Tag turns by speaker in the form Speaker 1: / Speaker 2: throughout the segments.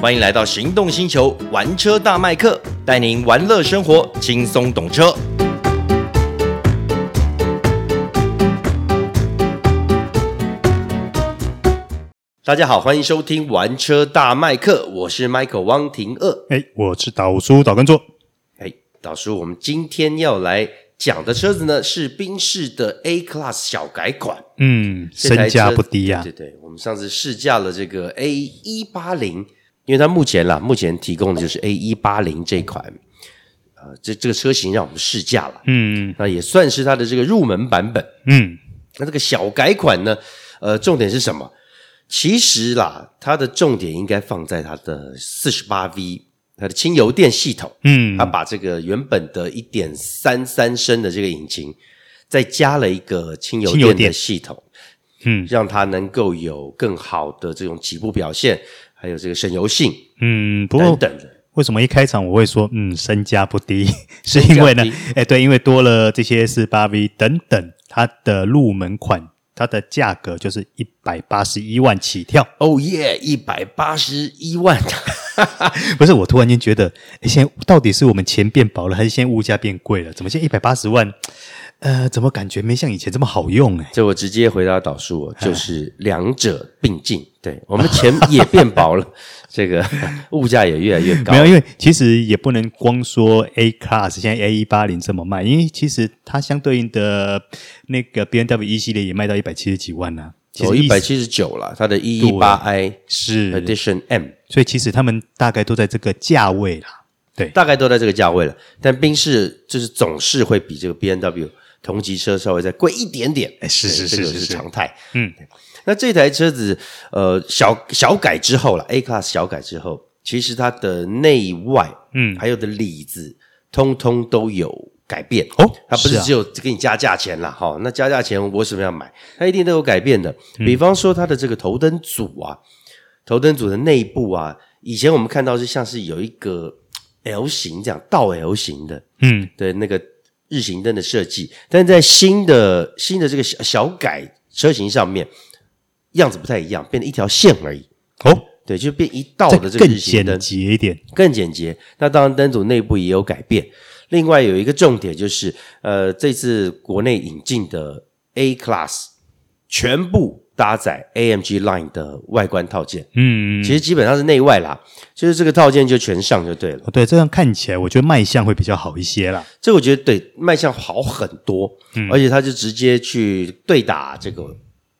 Speaker 1: 欢迎来到行动星球玩车大麦克，带您玩乐生活，轻松懂车。大家好，欢迎收听玩车大麦克，我是 Michael 汪廷锷。
Speaker 2: 哎，我是导叔导根座，
Speaker 1: 哎，导叔，我们今天要来讲的车子呢是宾士的 A Class 小改款。
Speaker 2: 嗯，
Speaker 1: 这台车
Speaker 2: 身价不低呀、
Speaker 1: 对对对，我们上次试驾了这个 A 一八零，因为它目前啦，目前提供的就是 A 一八零这款，呃，这这个车型让我们试驾了，
Speaker 2: 嗯
Speaker 1: 那也算是它的这个入门版本。
Speaker 2: 嗯，
Speaker 1: 那这个小改款呢，呃，重点是什么？其实啦，它的重点应该放在它的四十八 V，它的轻油电系统。
Speaker 2: 嗯
Speaker 1: 它把这个原本的一点三三升的这个引擎，再加了一个轻油
Speaker 2: 轻油
Speaker 1: 电的
Speaker 2: 电
Speaker 1: 系统，
Speaker 2: 嗯
Speaker 1: 让它能够有更好的这种起步表现，还有这个省油性
Speaker 2: 嗯。不
Speaker 1: 等
Speaker 2: 过
Speaker 1: 等的。
Speaker 2: 为什么一开场我会说嗯身价不低，是
Speaker 1: 价不低
Speaker 2: 因为呢，哎对，因为多了这些四八 V 等等，它的入门款它的价格就是一百八十一万起跳。
Speaker 1: 哦耶，一百八十一 万，
Speaker 2: 不是，我突然间觉得，哎，现在到底是我们钱变薄了，还是现在物价变贵了？怎么现在一百八十万，呃，怎么感觉没像以前这么好用？哎，
Speaker 1: 这我直接回答导数哦，就是两者并进。对我们钱也变薄 了，这个物价也越来越高
Speaker 2: 没。有，因为其实也不能光说 A Class 现在 A 一八零这么卖，因为其实它相对应的那个 B N W 一系列也卖到一百七十几万呢、啊其
Speaker 1: 我
Speaker 2: 实
Speaker 1: 哦一
Speaker 2: 意
Speaker 1: 百
Speaker 2: 思
Speaker 1: 七十九了，它的一一八 i
Speaker 2: 是，
Speaker 1: Edition M
Speaker 2: 所以其实他们大概都在这个价位啦。对，
Speaker 1: 大概都在这个价位了。但宾士就是总是会比这个 B N W 同级车稍微再贵一点点，
Speaker 2: 哎是
Speaker 1: 对
Speaker 2: 是
Speaker 1: 这个
Speaker 2: 是是
Speaker 1: 是
Speaker 2: 是
Speaker 1: 常态。
Speaker 2: 嗯
Speaker 1: 对，那这台车子呃小小改之后了，A Class 小改之后，其实它的内外
Speaker 2: 嗯
Speaker 1: 还有的里子，通通都有。改变
Speaker 2: 哦
Speaker 1: 它不
Speaker 2: 是
Speaker 1: 是
Speaker 2: 啊
Speaker 1: 只有给你加价钱啦，哈、那加价钱我为什么要买？它一定都有改变的。
Speaker 2: 嗯
Speaker 1: 比方说它的这个头灯组啊，头灯组的内部啊，以前我们看到是像是有一个 L 型这样倒 L 型的
Speaker 2: 嗯
Speaker 1: 的那个日行灯的设计，但在新的新的这个小小改车型上面，样子不太一样，变成一条线而已。
Speaker 2: 哦，
Speaker 1: 对，就变一道
Speaker 2: 再
Speaker 1: 的这个
Speaker 2: 更
Speaker 1: 日行灯
Speaker 2: 简，洁一点，
Speaker 1: 更简洁。那当然，灯组内部也有改变。另外有一个重点就是，呃，这次国内引进的 A Class 全部搭载 AMG Line 的外观套件。
Speaker 2: 嗯。
Speaker 1: 其实基本上是内外啦，就是这个套件就全上就对了。
Speaker 2: 哦对，这样看起来，我觉得卖相会比较好一些啦。
Speaker 1: 这个我觉得对卖相好很多，而且它就直接去对打这个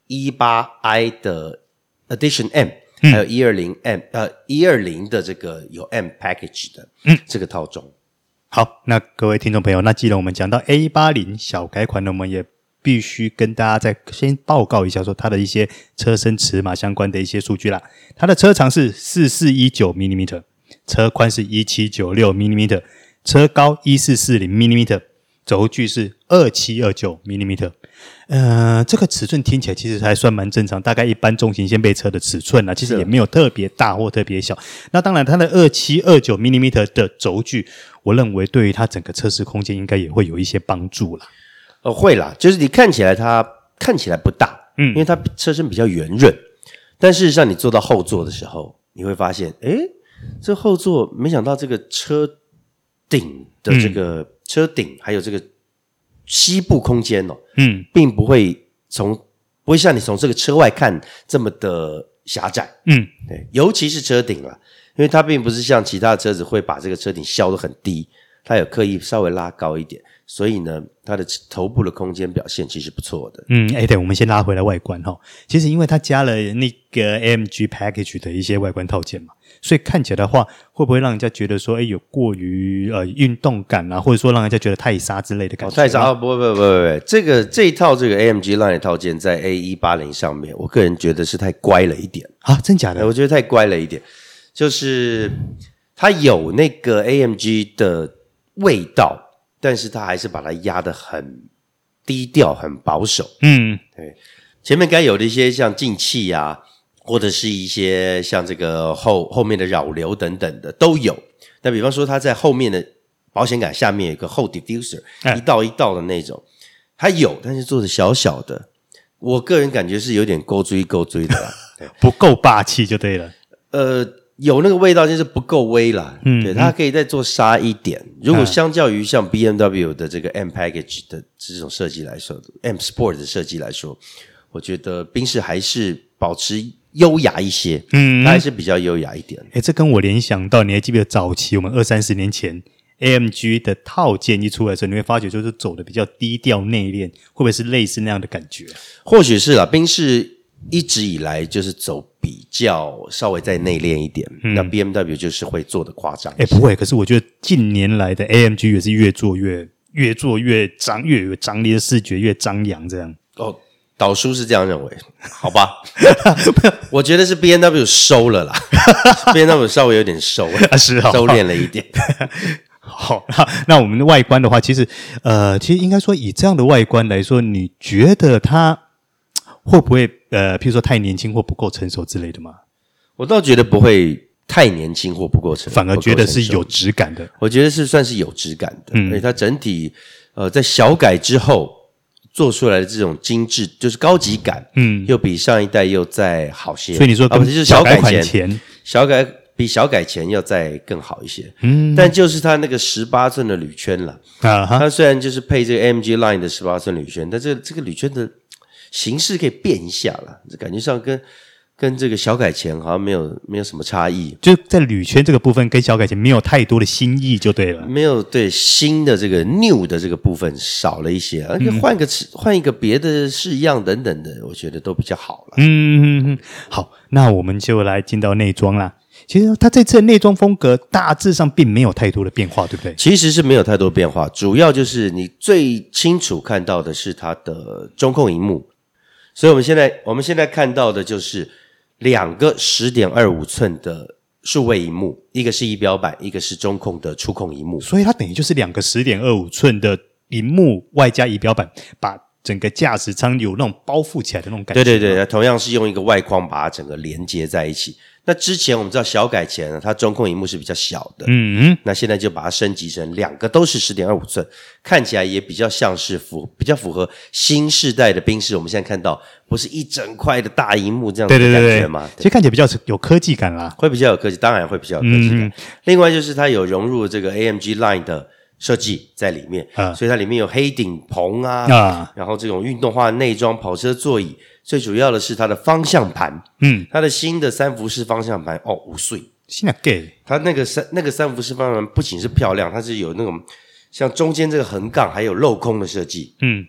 Speaker 1: 一八 i 的 Edition M，、还有一二零 M 呃一二零的这个有 M package 的、这个套装。
Speaker 2: 好，那各位听众朋友，那既然我们讲到 A 八零小改款呢，我们也必须跟大家再先报告一下，说它的一些车身尺码相关的一些数据啦。它的车长是四四一九 m m 车宽是一七九六 m m 车高一四四零 m m 轴距是二七二九 m m 呃，这个尺寸听起来其实还算蛮正常，大概一般中型掀背车的尺寸啊啦，其实也没有特别大或特别小。那当然，它的二七二九 m m 的轴距，我认为对于它整个测试空间应该也会有一些帮助啦。
Speaker 1: 呃，会啦，就是你看起来它看起来不大，嗯，因为它车身比较圆润，但事实上你坐到后座的时候，你会发现，诶，这后座没想到这个车顶的这个、车顶还有这个膝部空间哦，
Speaker 2: 嗯
Speaker 1: 并不会从不会像你从这个车外看这么的狭窄，
Speaker 2: 嗯，
Speaker 1: 对，尤其是车顶啦，因为它并不是像其他的车子会把这个车顶削得很低，它有刻意稍微拉高一点，所以呢，它的头部的空间表现其实不错的。
Speaker 2: 嗯，哎，对，我们先拉回来外观哈、其实因为它加了那个 AMG package 的一些外观套件嘛，所以看起来的话，会不会让人家觉得说，哎，有过于呃运动感啊，或者说让人家觉得太沙之类的感
Speaker 1: 哦，
Speaker 2: 觉？
Speaker 1: 太长啊！不不不不不，这个这一套这个 AMG Line 的套件在 A 一八零上面，我个人觉得是太乖了一点，
Speaker 2: 啊，真假
Speaker 1: 哎
Speaker 2: 的？
Speaker 1: 我觉得太乖了一点，就是它有那个 AMG 的味道，但是它还是把它压得很低调、很保守。
Speaker 2: 嗯
Speaker 1: 前面该有的一些像进气啊，或者是一些像这个后后面的扰流等等的都有。那比方说，它在后面的保险杆下面有一个后 diffuser，、
Speaker 2: 哎
Speaker 1: 一道一道的那种，它有，但是做的小小的。我个人感觉是有点勾追勾追的啦、
Speaker 2: 不够霸气就对了。
Speaker 1: 呃，有那个味道，就是不够微啦。嗯，啊对，它可以再做沙一点。如果相较于像 B M W 的这个 M Package 的这种设计来说，M Sport 的设计来说，我觉得宾士还是保持优雅一些。嗯，它还是比较优雅一点。
Speaker 2: 哎，这跟我联想到，你还记不记得早期我们二三十年前 AMG 的套件一出来的时候，你会发觉就是走的比较低调内敛，会不会是类似那样的感觉？啊
Speaker 1: 或许是啦、宾士一直以来就是走比较稍微再内敛一点，那 B M W 就是会做的夸张。
Speaker 2: 哎，不会，可是我觉得近年来的 AMG 也是越做越越做越张，越有张力的视觉，越张扬这样。
Speaker 1: 哦，导叔是这样认为，好吧？ 我觉得是 B N W 收了啦，B N W 稍微有点收了，
Speaker 2: 啊是哦
Speaker 1: 收敛了一点。
Speaker 2: 好，那那我们的外观的话，其实呃，其实应该说以这样的外观来说，你觉得它会不会呃，譬如说太年轻或不够成熟之类的吗？
Speaker 1: 我倒觉得不会太年轻或不够成，
Speaker 2: 反而觉得
Speaker 1: 不
Speaker 2: 是嗯
Speaker 1: 够成熟
Speaker 2: 有质感的。
Speaker 1: 我觉得是算是有质感的，而且它整体呃在小改之后做出来的这种精致，就是高级感，嗯，又比上一代又再好些。
Speaker 2: 所以你说
Speaker 1: 啊，不
Speaker 2: 跟
Speaker 1: 是就是
Speaker 2: 小
Speaker 1: 改
Speaker 2: 款
Speaker 1: 前，
Speaker 2: 前，
Speaker 1: 小改比小改前要再更好一些，嗯，但就是它那个十八寸的铝圈了。
Speaker 2: 啊哈，
Speaker 1: 它虽然就是配这个 MG Line 的十八寸铝圈，但这这个铝圈的形式可以变一下了，这感觉上跟跟这个小改前好像没有没有什么差异，
Speaker 2: 就在铝圈这个部分跟小改前没有太多的新意就对了。
Speaker 1: 没有对新的这个 new 的这个部分少了一些，而且换个尺换一个别的式样等等的，我觉得都比较好了。
Speaker 2: 嗯，好，那我们就来进到内装啦。其实它这次的内装风格大致上并没有太多的变化，对不对？
Speaker 1: 其实是没有太多变化，主要就是你最清楚看到的是它的中控荧幕，所以我们现在我们现在看到的就是两个十点二五寸的数位荧幕，一个是仪表板，一个是中控的触控荧幕。
Speaker 2: 所以它等于就是两个十点二五寸的荧幕外加仪表板，把整个驾驶舱有那种包覆起来的那种感
Speaker 1: 对对
Speaker 2: 觉。
Speaker 1: 对，它同样是用一个外框把它整个连接在一起。那之前我们知道小改前呢，它中控荧幕是比较小的，
Speaker 2: 嗯，
Speaker 1: 那现在就把它升级成两个都是十点二五寸，看起来也比较像是符比较符合新世代的宾士。我们现在看到不是一整块的大荧幕这样子
Speaker 2: 对
Speaker 1: 的
Speaker 2: 对对
Speaker 1: 感
Speaker 2: 对
Speaker 1: 觉吗？
Speaker 2: 其实看起来比较有科技感啦。
Speaker 1: 会比较有科技，当然会比较有科
Speaker 2: 嗯
Speaker 1: 技感。另外就是它有融入这个 AMG Line 的设计在里面，
Speaker 2: 啊
Speaker 1: 所以它里面有黑顶棚啊，
Speaker 2: 啊
Speaker 1: 然后这种运动化内装、跑车座椅，最主要的是它的方向盘，
Speaker 2: 嗯，
Speaker 1: 它的新的三幅式方向盘哦，五岁。
Speaker 2: 现在 gay
Speaker 1: 它那个三那个三幅式方向盘不仅是漂亮，它是有那种像中间这个横杠还有镂空的设计，
Speaker 2: 嗯，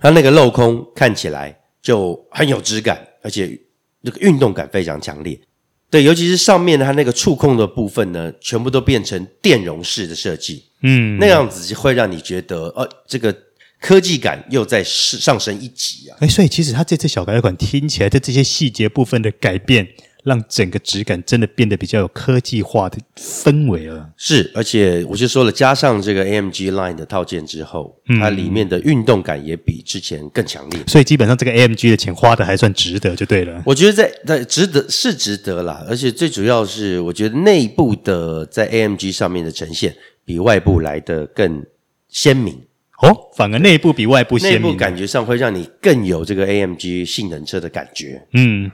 Speaker 1: 它那个镂空看起来就很有质感，而且那个运动感非常强烈。对，尤其是上面它那个触控的部分呢，全部都变成电容式的设计，
Speaker 2: 嗯，
Speaker 1: 那样子会让你觉得，呃，这个科技感又在上上升一级啊。
Speaker 2: 哎，所以其实它这次小改款听起来在这些细节部分的改变，让整个质感真的变得比较有科技化的氛围了。
Speaker 1: 是，而且我就说了，加上这个 AMG Line 的套件之后，
Speaker 2: 嗯
Speaker 1: 它里面的运动感也比之前更强烈。
Speaker 2: 所以基本上这个 AMG 的钱花的还算值得，就对了。
Speaker 1: 我觉得在在值得是值得啦，而且最主要是我觉得内部的在 AMG 上面的呈现比外部来的更鲜明，
Speaker 2: 哦，反而内部比外部
Speaker 1: 内
Speaker 2: 鲜
Speaker 1: 部
Speaker 2: 明。
Speaker 1: 感觉上会让你更有这个 AMG 性能车的感觉。
Speaker 2: 嗯，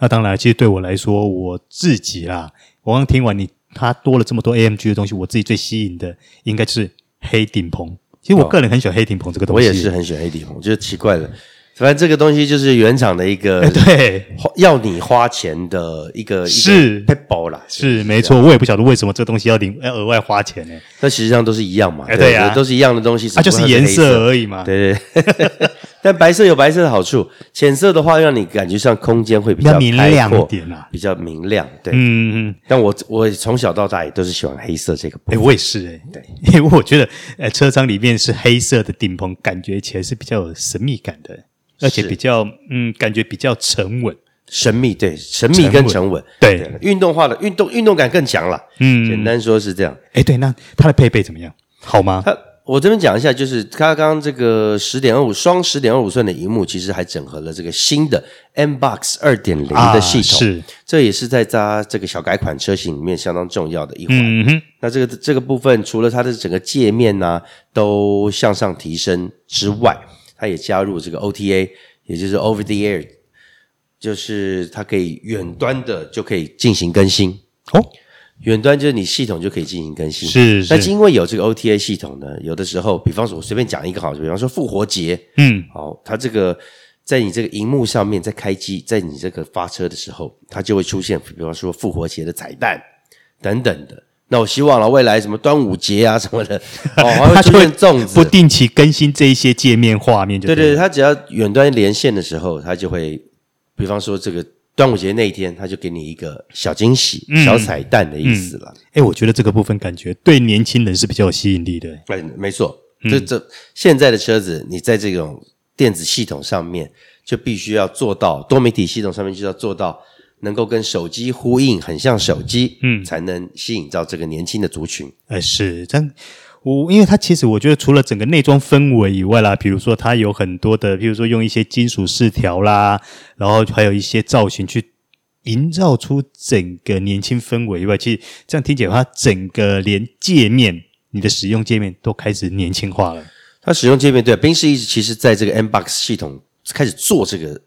Speaker 2: 那当然，其实对我来说，我自己啦，我刚听完你他多了这么多 AMG 的东西，我自己最吸引的应该就是黑顶棚。其实我个人很喜欢黑顶棚这个东
Speaker 1: 我
Speaker 2: 西，
Speaker 1: 也是很喜欢黑底红，我觉得奇怪了，反正这个东西就是原厂的一个
Speaker 2: 对，
Speaker 1: 花要你花钱的一个
Speaker 2: 是
Speaker 1: p e b l e 啦，
Speaker 2: 是啊没错，我也不晓得为什么这个东西要领要额外花钱呢、
Speaker 1: 那实际上都是一样嘛，
Speaker 2: 哎
Speaker 1: 对
Speaker 2: 对啊
Speaker 1: 都是一样的东西，
Speaker 2: 它、就是颜
Speaker 1: 色
Speaker 2: 色而已嘛，
Speaker 1: 对对对， 但白色有白色的好处，浅色的话让你感觉上空间会比
Speaker 2: 比较
Speaker 1: 较
Speaker 2: 明
Speaker 1: 开
Speaker 2: 亮一
Speaker 1: 阔，
Speaker 2: 点啦。
Speaker 1: 比较明亮。对，
Speaker 2: 嗯，嗯
Speaker 1: 但我我从小到大也都是喜欢黑色这个部
Speaker 2: 哎、
Speaker 1: 分。
Speaker 2: 我也是哎、
Speaker 1: 对，
Speaker 2: 因为我觉得，呃，车窗里面是黑色的顶棚，感觉起来是比较有神秘感的，而且
Speaker 1: 是
Speaker 2: 比较，嗯，感觉比较沉稳。
Speaker 1: 神秘，对，神秘跟沉稳，
Speaker 2: 对
Speaker 1: 对，运动化的运动运动感更强了。
Speaker 2: 嗯
Speaker 1: 简单说是这样。
Speaker 2: 哎，对，那它的配备怎么样？好吗？
Speaker 1: 它我这边讲一下，就是它刚刚这个十点二五双十点二五寸的荧幕，其实还整合了这个新的 M Box 二点零的系统，
Speaker 2: 啊、是，
Speaker 1: 这也是在它这个小改款车型里面相当重要的一环。
Speaker 2: 嗯哼，
Speaker 1: 那这个这个部分，除了它的整个界面呢、都向上提升之外，它也加入这个 OTA，也就是 Over the Air，就是它可以远端的就可以进行更新。
Speaker 2: 哦，
Speaker 1: 远端就是你系统就可以进行更新。
Speaker 2: 是
Speaker 1: 那
Speaker 2: 是
Speaker 1: 因为有这个 OTA 系统呢，有的时候，比方说，我随便讲一个好了，比方说复活节，
Speaker 2: 嗯，
Speaker 1: 好，它这个在你这个荧幕上面，在开机，在你这个发车的时候，它就会出现，比方说复活节的彩蛋等等的。那我希望了，未来什么端午节啊什么 的，哦，还会
Speaker 2: 它就
Speaker 1: 出
Speaker 2: 会
Speaker 1: 现粽子
Speaker 2: 不，定期更新这一些界面画面就
Speaker 1: 对
Speaker 2: 对
Speaker 1: 对，
Speaker 2: 了
Speaker 1: 对它只要远端连线的时候，它就会，比方说这个端午节那一天，它就给你一个小惊喜、
Speaker 2: 嗯
Speaker 1: 小彩蛋的意思了。
Speaker 2: 哎，我觉得这个部分感觉对年轻人是比较有吸引力的。
Speaker 1: 哎，没错，这这现在的车子，你在这种电子系统上面就必须要做到多媒体系统上面就要做到能够跟手机呼应，很像手机，嗯，才能吸引到这个年轻的族群。
Speaker 2: 呃，是，但我因为它其实我觉得除了整个内装氛围以外啦，比如说它有很多的，比如说用一些金属饰条啦，然后还有一些造型去营造出整个年轻氛围以外，其实这样听起来，它整个连界面，你的使用界面都开始年轻化了。
Speaker 1: 它使用界面对，宾士一直其实在这个 Mbox 系统开始做这个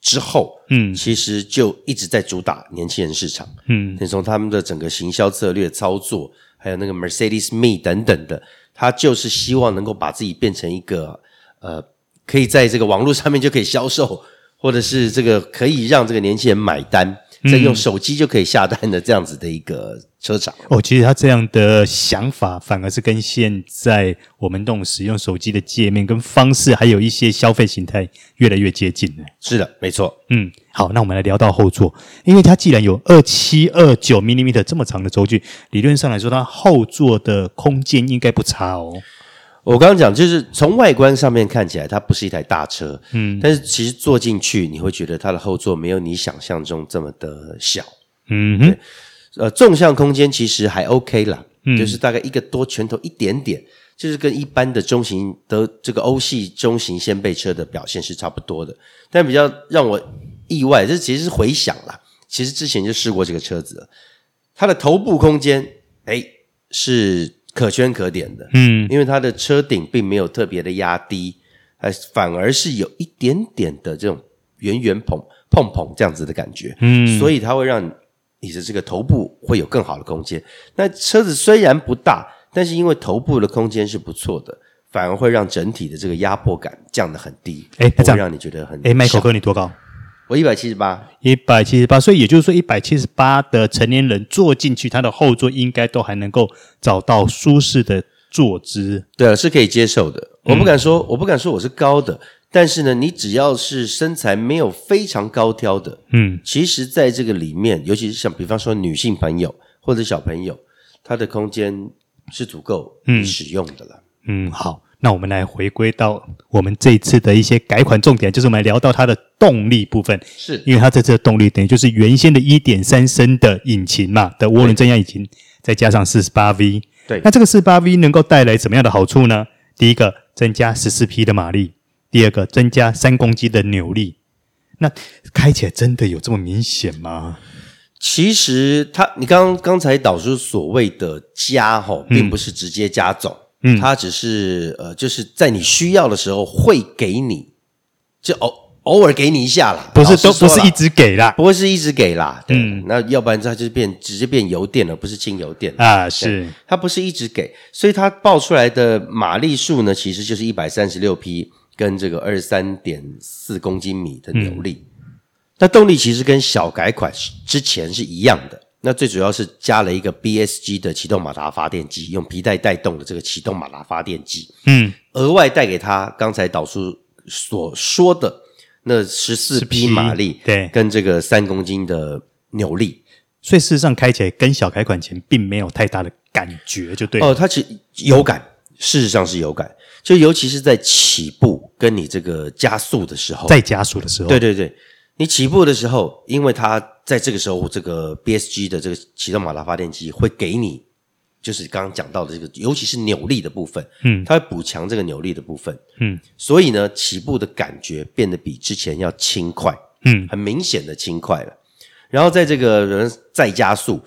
Speaker 1: 之后，
Speaker 2: 嗯
Speaker 1: 其实就一直在主打年轻人市场。
Speaker 2: 嗯，
Speaker 1: 你从他们的整个行销策略操作，还有那个 Mercedes Me 等等的，他就是希望能够把自己变成一个呃，可以在这个网络上面就可以销售，或者是这个可以让这个年轻人买单，
Speaker 2: 嗯
Speaker 1: 再用手机就可以下单的这样子的一个车厂。
Speaker 2: 哦，其实他这样的想法反而是跟现在我们这种使用手机的界面跟方式，还有一些消费形态越来越接近了。
Speaker 1: 是的，没错。
Speaker 2: 嗯，好，那我们来聊到后座，因为它既然有二七二九 m m 这么长的轴距，理论上来说，它后座的空间应该不差哦。
Speaker 1: 我刚刚讲，就是从外观上面看起来，它不是一台大车，嗯，但是其实坐进去，你会觉得它的后座没有你想象中这么的小，
Speaker 2: 嗯哼，
Speaker 1: 呃，纵向空间其实还 OK 啦，
Speaker 2: 嗯
Speaker 1: 就是大概一个多拳头一点点，就是跟一般的中型的这个欧系中型掀背车的表现是差不多的。但比较让我意外，这其实是回响啦。其实之前就试过这个车子了，它的头部空间哎是可圈可点的，
Speaker 2: 嗯，
Speaker 1: 因为它的车顶并没有特别的压低，呃，反而是有一点点的这种圆圆捧碰碰这样子的感觉，嗯，所以它会让你的这个头部会有更好的空间。那车子虽然不大，但是因为头部的空间是不错的，反而会让整体的这个压迫感降得很低，
Speaker 2: 哎
Speaker 1: 不
Speaker 2: 那这
Speaker 1: 会
Speaker 2: 样
Speaker 1: 让你觉得很
Speaker 2: 哎，麦克
Speaker 1: 小
Speaker 2: 哥，你多高？
Speaker 1: 我一百七十八，
Speaker 2: 一百七十八，所以也就是说，一百七十八的成年人坐进去，他的后座应该都还能够找到舒适的坐姿。
Speaker 1: 对啊，是可以接受的。我
Speaker 2: 嗯
Speaker 1: 不敢说，我不敢说我是高的，但是呢，你只要是身材没有非常高挑的，
Speaker 2: 嗯，
Speaker 1: 其实在这个里面，尤其是像比方说女性朋友或者小朋友，她的空间是足够你使用的了。
Speaker 2: 嗯，好，那我们来回归到我们这一次的一些改款重点，就是我们来聊到它的动力部分。
Speaker 1: 是
Speaker 2: 因为它这次的动力等于就是原先的1.3升的引擎嘛的涡轮增压引擎，再加上 48V。
Speaker 1: 对
Speaker 2: 那这个 48V 能够带来什么样的好处呢？第一个，增加14匹的马力；第二个，增加3公斤的扭力。那开起来真的有这么明显吗？
Speaker 1: 其实它，你刚刚才导出所谓的加吼，
Speaker 2: 嗯
Speaker 1: 并不是直接加总，嗯，它只是呃，就是在你需要的时候会给你，就偶偶尔给你一下啦，
Speaker 2: 不是
Speaker 1: 老实
Speaker 2: 都
Speaker 1: 说
Speaker 2: 不是
Speaker 1: 啦
Speaker 2: 一直给啦
Speaker 1: 不会是一直给啦，对，那要不然它就是变直接变油电了，不是轻油电了
Speaker 2: 啊，是
Speaker 1: 它不是一直给，所以它报出来的马力数呢，其实就是一百三十六匹跟这个二三点四公斤米的扭力。那动力其实跟小改款之前是一样的，那最主要是加了一个 BSG 的启动马达发电机，用皮带带动的这个启动马达发电机。
Speaker 2: 嗯，
Speaker 1: 额外带给他刚才导叔所说的那十四匹
Speaker 2: 匹
Speaker 1: 马力，
Speaker 2: 对
Speaker 1: 跟这个三公斤的扭力。
Speaker 2: 所以事实上开起来跟小改款前并没有太大的感觉，就对了。
Speaker 1: 哦，它其实有感，事实上是有感，就尤其是在起步跟你这个加速的时候，
Speaker 2: 在加速的时候，
Speaker 1: 对对对，你起步的时候，因为它在这个时候，这个 BSG 的这个启动马达发电机会给你，就是刚刚讲到的这个，尤其是扭力的部分，嗯，它会补强这个扭力的部分，
Speaker 2: 嗯，
Speaker 1: 所以呢，起步的感觉变得比之前要轻快，
Speaker 2: 嗯，
Speaker 1: 很明显的轻快了。然后在这个人再加速，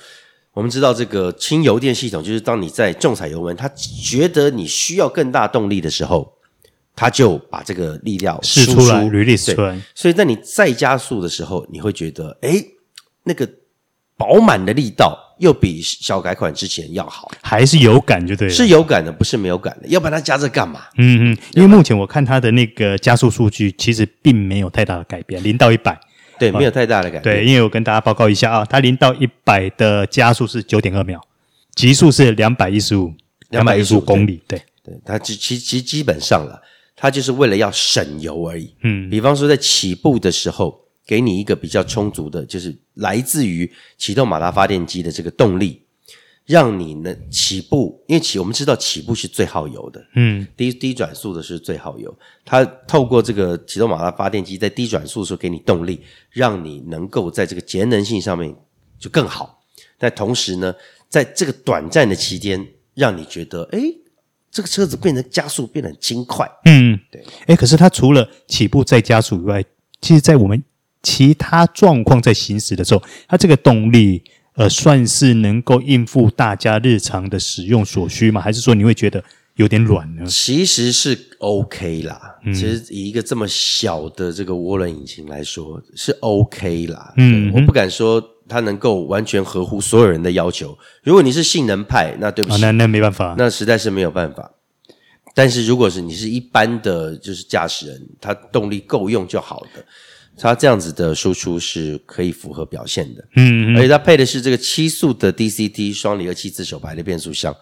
Speaker 1: 我们知道这个轻油电系统，就是当你在重踩油门，它觉得你需要更大动力的时候，它就把这个力量
Speaker 2: 试
Speaker 1: 输
Speaker 2: 出来
Speaker 1: 出
Speaker 2: release
Speaker 1: 对
Speaker 2: 出来，
Speaker 1: 所以在你再加速的时候，你会觉得，哎，那个饱满的力道又比小改款之前要好，
Speaker 2: 还是有感就对了。
Speaker 1: 是有感的，不是没有感的，要不然它加这干嘛？
Speaker 2: 嗯嗯，因为目前我看它的那个加速数据其实并没有太大的改变，零到一百。
Speaker 1: 嗯对，没有太大的改变。
Speaker 2: 对，因为我跟大家报告一下啊，它零到一百的加速是九点二秒，极速是两百一十五，两百一十五公里。对，
Speaker 1: 对，它其其其基本上了，它就是为了要省油而已。嗯，比方说在起步的时候，给你一个比较充足的，就是来自于启动马达发电机的这个动力，让你呢起步，因为起我们知道起步是最耗油的，
Speaker 2: 嗯，
Speaker 1: 低低转速的是最耗油。它透过这个启动马达发电机在低转速的时候给你动力，让你能够在这个节能性上面就更好。但同时呢，在这个短暂的期间，让你觉得哎，诶这个车子变得加速变得很轻快。
Speaker 2: 嗯，
Speaker 1: 对。
Speaker 2: 哎，可是它除了起步再加速以外，其实，在我们其他状况在行驶的时候，它这个动力。呃，算是能够应付大家日常的使用所需吗？还是说你会觉得有点软呢？
Speaker 1: 其实是 OK 啦，其实以一个这么小的这个涡轮引擎来说是 OK 啦。
Speaker 2: 嗯
Speaker 1: 嗯，我不敢说它能够完全合乎所有人的要求。如果你是性能派，那对不
Speaker 2: 啊，
Speaker 1: 起，
Speaker 2: 那那没办法，
Speaker 1: 那实在是没有办法。但是如果是你是一般的就是驾驶人，他动力够用就好的，他这样子的输出是可以符合表现的。
Speaker 2: 嗯，
Speaker 1: 而且它配的是这个七速的 DCT 双离合器自手排的变速箱，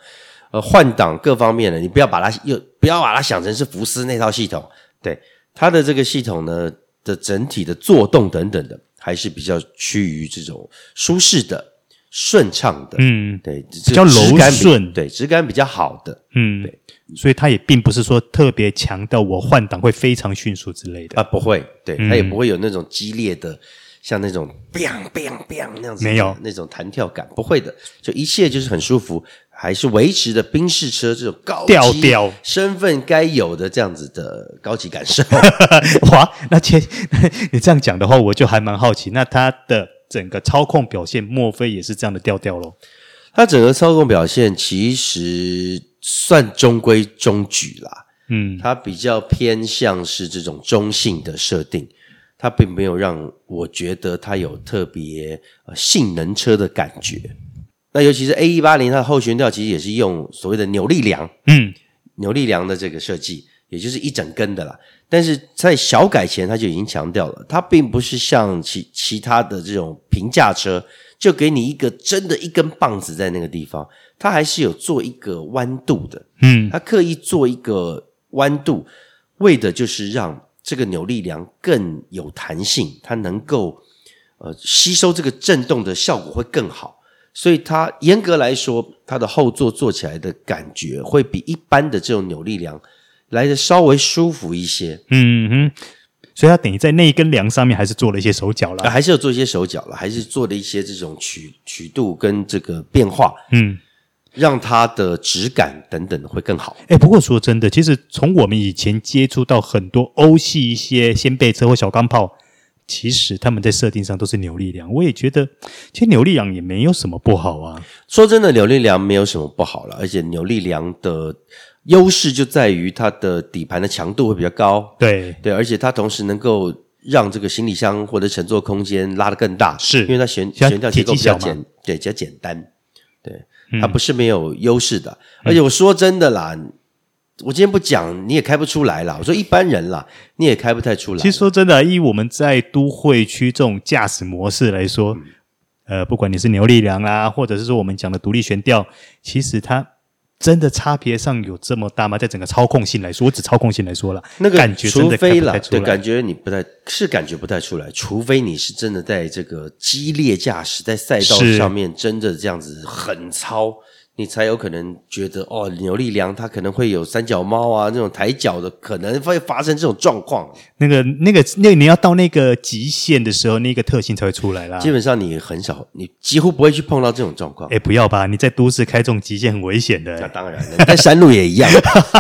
Speaker 1: 呃，换挡各方面的，你不要把它又不要把它想成是福斯那套系统，对它的这个系统呢的整体的做动等等的，还是比较趋于这种舒适的、顺畅的，
Speaker 2: 嗯
Speaker 1: 对，比
Speaker 2: 比较柔顺
Speaker 1: 对，质感比较好的，
Speaker 2: 嗯
Speaker 1: 对，
Speaker 2: 所以它也并不是说特别强调我换挡会非常迅速之类的，
Speaker 1: 啊，不会，对，
Speaker 2: 嗯
Speaker 1: 它也不会有那种激烈的，像那种 biang biang biang 那样子，
Speaker 2: 没有
Speaker 1: 那种弹跳感，不会的，就一切就是很舒服，还是维持的宾士车这种高级
Speaker 2: 调调
Speaker 1: 身份该有的这样子的高级感受。
Speaker 2: 哇，那切， 你这样讲的话，我就还蛮好奇，那它的整个操控表现，莫非也是这样的调调咯？
Speaker 1: 它整个操控表现其实算中规中矩啦，
Speaker 2: 嗯，
Speaker 1: 它比较偏向是这种中性的设定。它并没有让我觉得它有特别、呃、性能车的感觉。那尤其是 A 一八零，它的后悬吊其实也是用所谓的扭力梁，
Speaker 2: 嗯，
Speaker 1: 扭力梁的这个设计，也就是一整根的啦。但是在小改前，它就已经强调了，它并不是像其其他的这种平价车，就给你一个真的一根棒子在那个地方，它还是有做一个弯度的，
Speaker 2: 嗯，
Speaker 1: 它刻意做一个弯度，为的就是让这个扭力梁更有弹性，它能够呃吸收这个震动的效果会更好。所以它严格来说，它的后座坐起来的感觉会比一般的这种扭力梁来的稍微舒服一些，
Speaker 2: 嗯哼，所以它等于在那一根梁上面还是做了一些手脚
Speaker 1: 呃
Speaker 2: 啦。
Speaker 1: 还是有做一些手脚了，还是做了一些这种曲曲度跟这个变化，
Speaker 2: 嗯，
Speaker 1: 让它的质感等等会更好。
Speaker 2: 哎，不过说真的，其实从我们以前接触到很多欧系一些掀背车或小钢炮，其实他们在设定上都是扭力梁，我也觉得其实扭力梁也没有什么不好啊。
Speaker 1: 说真的，扭力梁没有什么不好了，而且扭力梁的优势就在于它的底盘的强度会比较高，
Speaker 2: 对，
Speaker 1: 对，而且它同时能够让这个行李箱或者乘坐空间拉得更大，
Speaker 2: 是
Speaker 1: 因为它悬
Speaker 2: 像
Speaker 1: 悬吊结构比较
Speaker 2: 体积小嗯
Speaker 1: 简，对，比较简单，对，它不是没有优势的。而且我说真的啦，我今天不讲你也开不出来啦，我说一般人啦，你也开不太出来。
Speaker 2: 其实说真的，以我们在都会区这种驾驶模式来说，
Speaker 1: 嗯
Speaker 2: 呃，不管你是扭力梁啦，或者是说我们讲的独立悬吊，其实它真的差别上有这么大吗？在整个操控性来说，我只操控性来说了，
Speaker 1: 那个
Speaker 2: 感觉真
Speaker 1: 除
Speaker 2: 的看
Speaker 1: 非
Speaker 2: 不
Speaker 1: 啦
Speaker 2: 太，出
Speaker 1: 对，
Speaker 2: 来。
Speaker 1: 感觉你不太是感觉不太出来，除非你是真的在这个激烈驾驶，在赛道
Speaker 2: 是
Speaker 1: 上面真的这样子很超，你才有可能觉得哦，扭力梁它可能会有三脚猫啊，那种抬脚的可能会发生这种状况。
Speaker 2: 那个、那个、那个，你要到那个极限的时候，那个特性才会出来啦。
Speaker 1: 基本上你很少，你几乎不会去碰到这种状况。
Speaker 2: 啊哎，不要吧！你在都市开这种极限很危险的、
Speaker 1: 那当然了，在山路也 一样，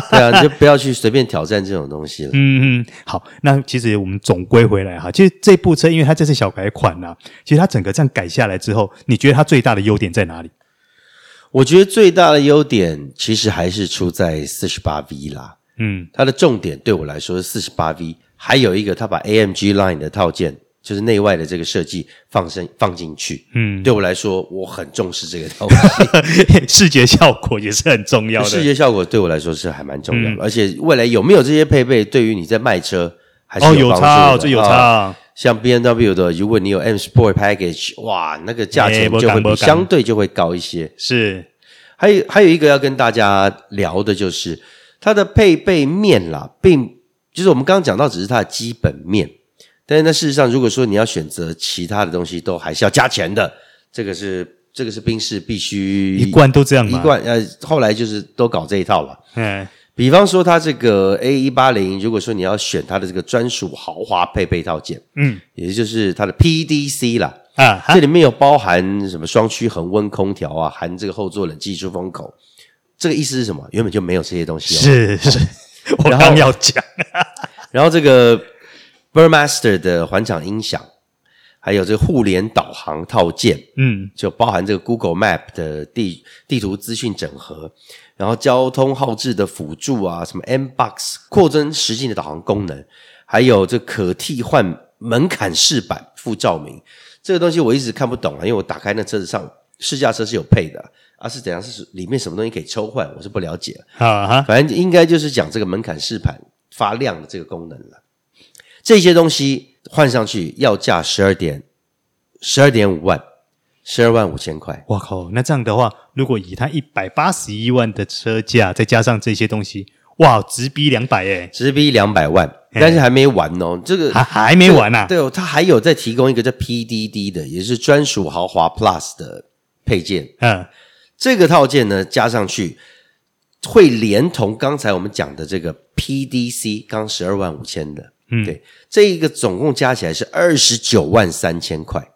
Speaker 1: 对啊，你就不要去随便挑战这种东西了。
Speaker 2: 嗯嗯，好，那其实我们总归回来哈，其实这部车因为它这次小改款呐、其实它整个这样改下来之后，你觉得它最大的优点在哪里？
Speaker 1: 我觉得最大的优点其实还是出在四十八 V 啦。
Speaker 2: 嗯
Speaker 1: 它的重点对我来说是四十八 V，还有一个它把 AMG Line 的套件就是内外的这个设计放生放进去。
Speaker 2: 嗯，
Speaker 1: 对我来说，我很重视这个东 西。
Speaker 2: 视觉效果也是很重要
Speaker 1: 视
Speaker 2: 的。
Speaker 1: 觉效果对我来说是还蛮重
Speaker 2: 嗯
Speaker 1: 要的，而且未来有没有这些配备，对于你在卖车还是
Speaker 2: 哦，
Speaker 1: 有
Speaker 2: 有
Speaker 1: 帮助
Speaker 2: 差
Speaker 1: 的
Speaker 2: 哦，这有
Speaker 1: 啊
Speaker 2: 差。
Speaker 1: 像 B N W 的，如果你有 M Sport Package，哇，那个价
Speaker 2: 哎
Speaker 1: 钱
Speaker 2: 没
Speaker 1: 就
Speaker 2: 讲
Speaker 1: 会
Speaker 2: 没
Speaker 1: 比
Speaker 2: 讲
Speaker 1: 相对就会高一些。
Speaker 2: 是，
Speaker 1: 还有还有一个要跟大家聊的就是它的配备面啦，并就是我们刚刚讲到只是它的基本面，但是那事实上如果说你要选择其他的东西，都还是要加钱的。这个是这个是宾士必须
Speaker 2: 一贯都这样
Speaker 1: 一
Speaker 2: 嘛。
Speaker 1: 贯呃，后来就是都搞这一套了。
Speaker 2: 嗯，
Speaker 1: 比方说，它这个 A 一八零，如果说你要选它的这个专属豪华配备套件，
Speaker 2: 嗯，
Speaker 1: 也就是它的 PDC 啦，
Speaker 2: 啊，哈
Speaker 1: 这里面有包含什么双区恒温空调啊，含这个后座冷气出风口，这个意思是什么？原本就没有这些东西、哦。
Speaker 2: 是是，我
Speaker 1: 然后
Speaker 2: 刚要讲，
Speaker 1: 然后这个 Burmaster 的环场音响，还有这个互联导航套件，
Speaker 2: 嗯，
Speaker 1: 就包含这个 Google Map 的地地图资讯整合，然后交通号志的辅助啊，什么 M Box 扩增实际的导航功能，还有这可替换门槛式版副照明，这个东西我一直看不懂啊，因为我打开那车子上试驾车是有配的啊，是怎样？是里面什么东西可以抽换？我是不了解。
Speaker 2: 啊 哈，
Speaker 1: 反正应该就是讲这个门槛试盘发亮的这个功能了。这些东西换上去要价十二点十二点五万，十二万五千块。
Speaker 2: 我靠，那这样的话，如果以他一百八十一万的车价，再加上这些东西，哇，直逼两百哎，
Speaker 1: 直逼两百万，但是还没完哦，这个
Speaker 2: 啊还还没完呐、
Speaker 1: 对哦，它还有再提供一个叫 PDD 的，也是专属豪华 Plus 的配件。
Speaker 2: 嗯，
Speaker 1: 这个套件呢加上去，会连同刚才我们讲的这个 PDC，刚十二万五千的，嗯，对，这一个总共加起来是二十九万三千块。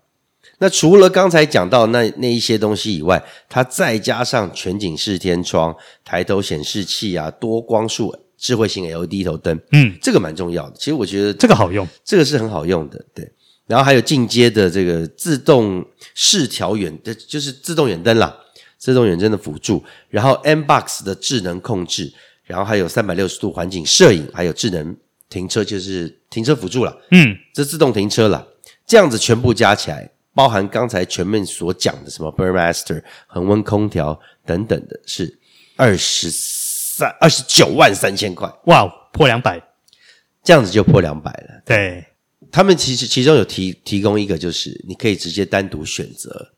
Speaker 1: 那除了刚才讲到那那一些东西以外，它再加上全景视天窗、抬头显示器啊、多光束智慧型 LED 头灯，
Speaker 2: 嗯，
Speaker 1: 这个蛮重要的。其实我觉得
Speaker 2: 这个好用，
Speaker 1: 这个是很好用的，对。然后还有进阶的这个自动视调远，呃就是自动远灯啦，自动远灯的辅助，然后 M Box 的智能控制，然后还有三百六十度环境摄影，还有智能停车，就是停车辅助啦，
Speaker 2: 嗯，
Speaker 1: 这自动停车啦，这样子全部加起来，包含刚才前面所讲的什么 Burmaster、恒温空调等等的，是二十三二十九万三千块，
Speaker 2: 哇，破两百，
Speaker 1: 这样子就破两百了。
Speaker 2: 对，
Speaker 1: 他们其实其中有提提供一个，就是你可以直接单独选择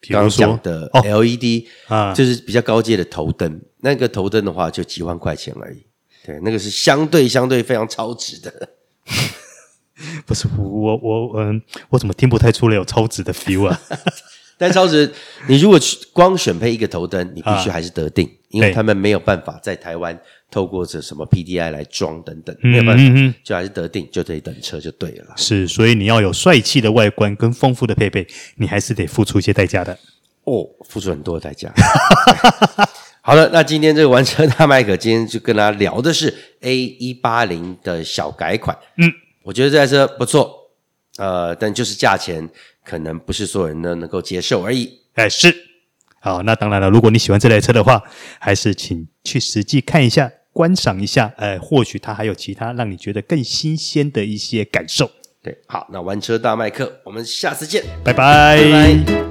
Speaker 2: 比
Speaker 1: 刚
Speaker 2: 如
Speaker 1: 刚
Speaker 2: 说
Speaker 1: 讲的
Speaker 2: 哦
Speaker 1: LED，、
Speaker 2: 啊，
Speaker 1: 就是比较高阶的头灯。那个头灯的话，就几万块钱而已。对，那个是相对相对非常超值的。
Speaker 2: 不是我我嗯，我怎么听不太出来有超值的 feel 啊？
Speaker 1: 但超值，你如果去光选配一个头灯，你必须还是得定，因为
Speaker 2: 啊对
Speaker 1: 他们没有办法在台湾透过这什么 PDI 来装等等，没有
Speaker 2: 嗯
Speaker 1: 办法，
Speaker 2: 嗯嗯，
Speaker 1: 就还是得定，就得等车就对了啦。
Speaker 2: 是，所以你要有帅气的外观跟丰富的配备，你还是得付出一些代价的。
Speaker 1: 哦，付出很多的代价。 好了，那今天这个玩车大麦克，今天就跟大家聊的是 A 一八零的小改款。
Speaker 2: 嗯，
Speaker 1: 我觉得这台车不错，呃，但就是价钱可能不是所有人都能够接受而已。
Speaker 2: 哎，是。好，那当然了，如果你喜欢这台车的话，还是请去实际看一下、观赏一下。呃，或许它还有其他让你觉得更新鲜的一些感受。
Speaker 1: 对，好，那玩车大麦克，我们下次见，
Speaker 2: 拜拜
Speaker 1: 拜拜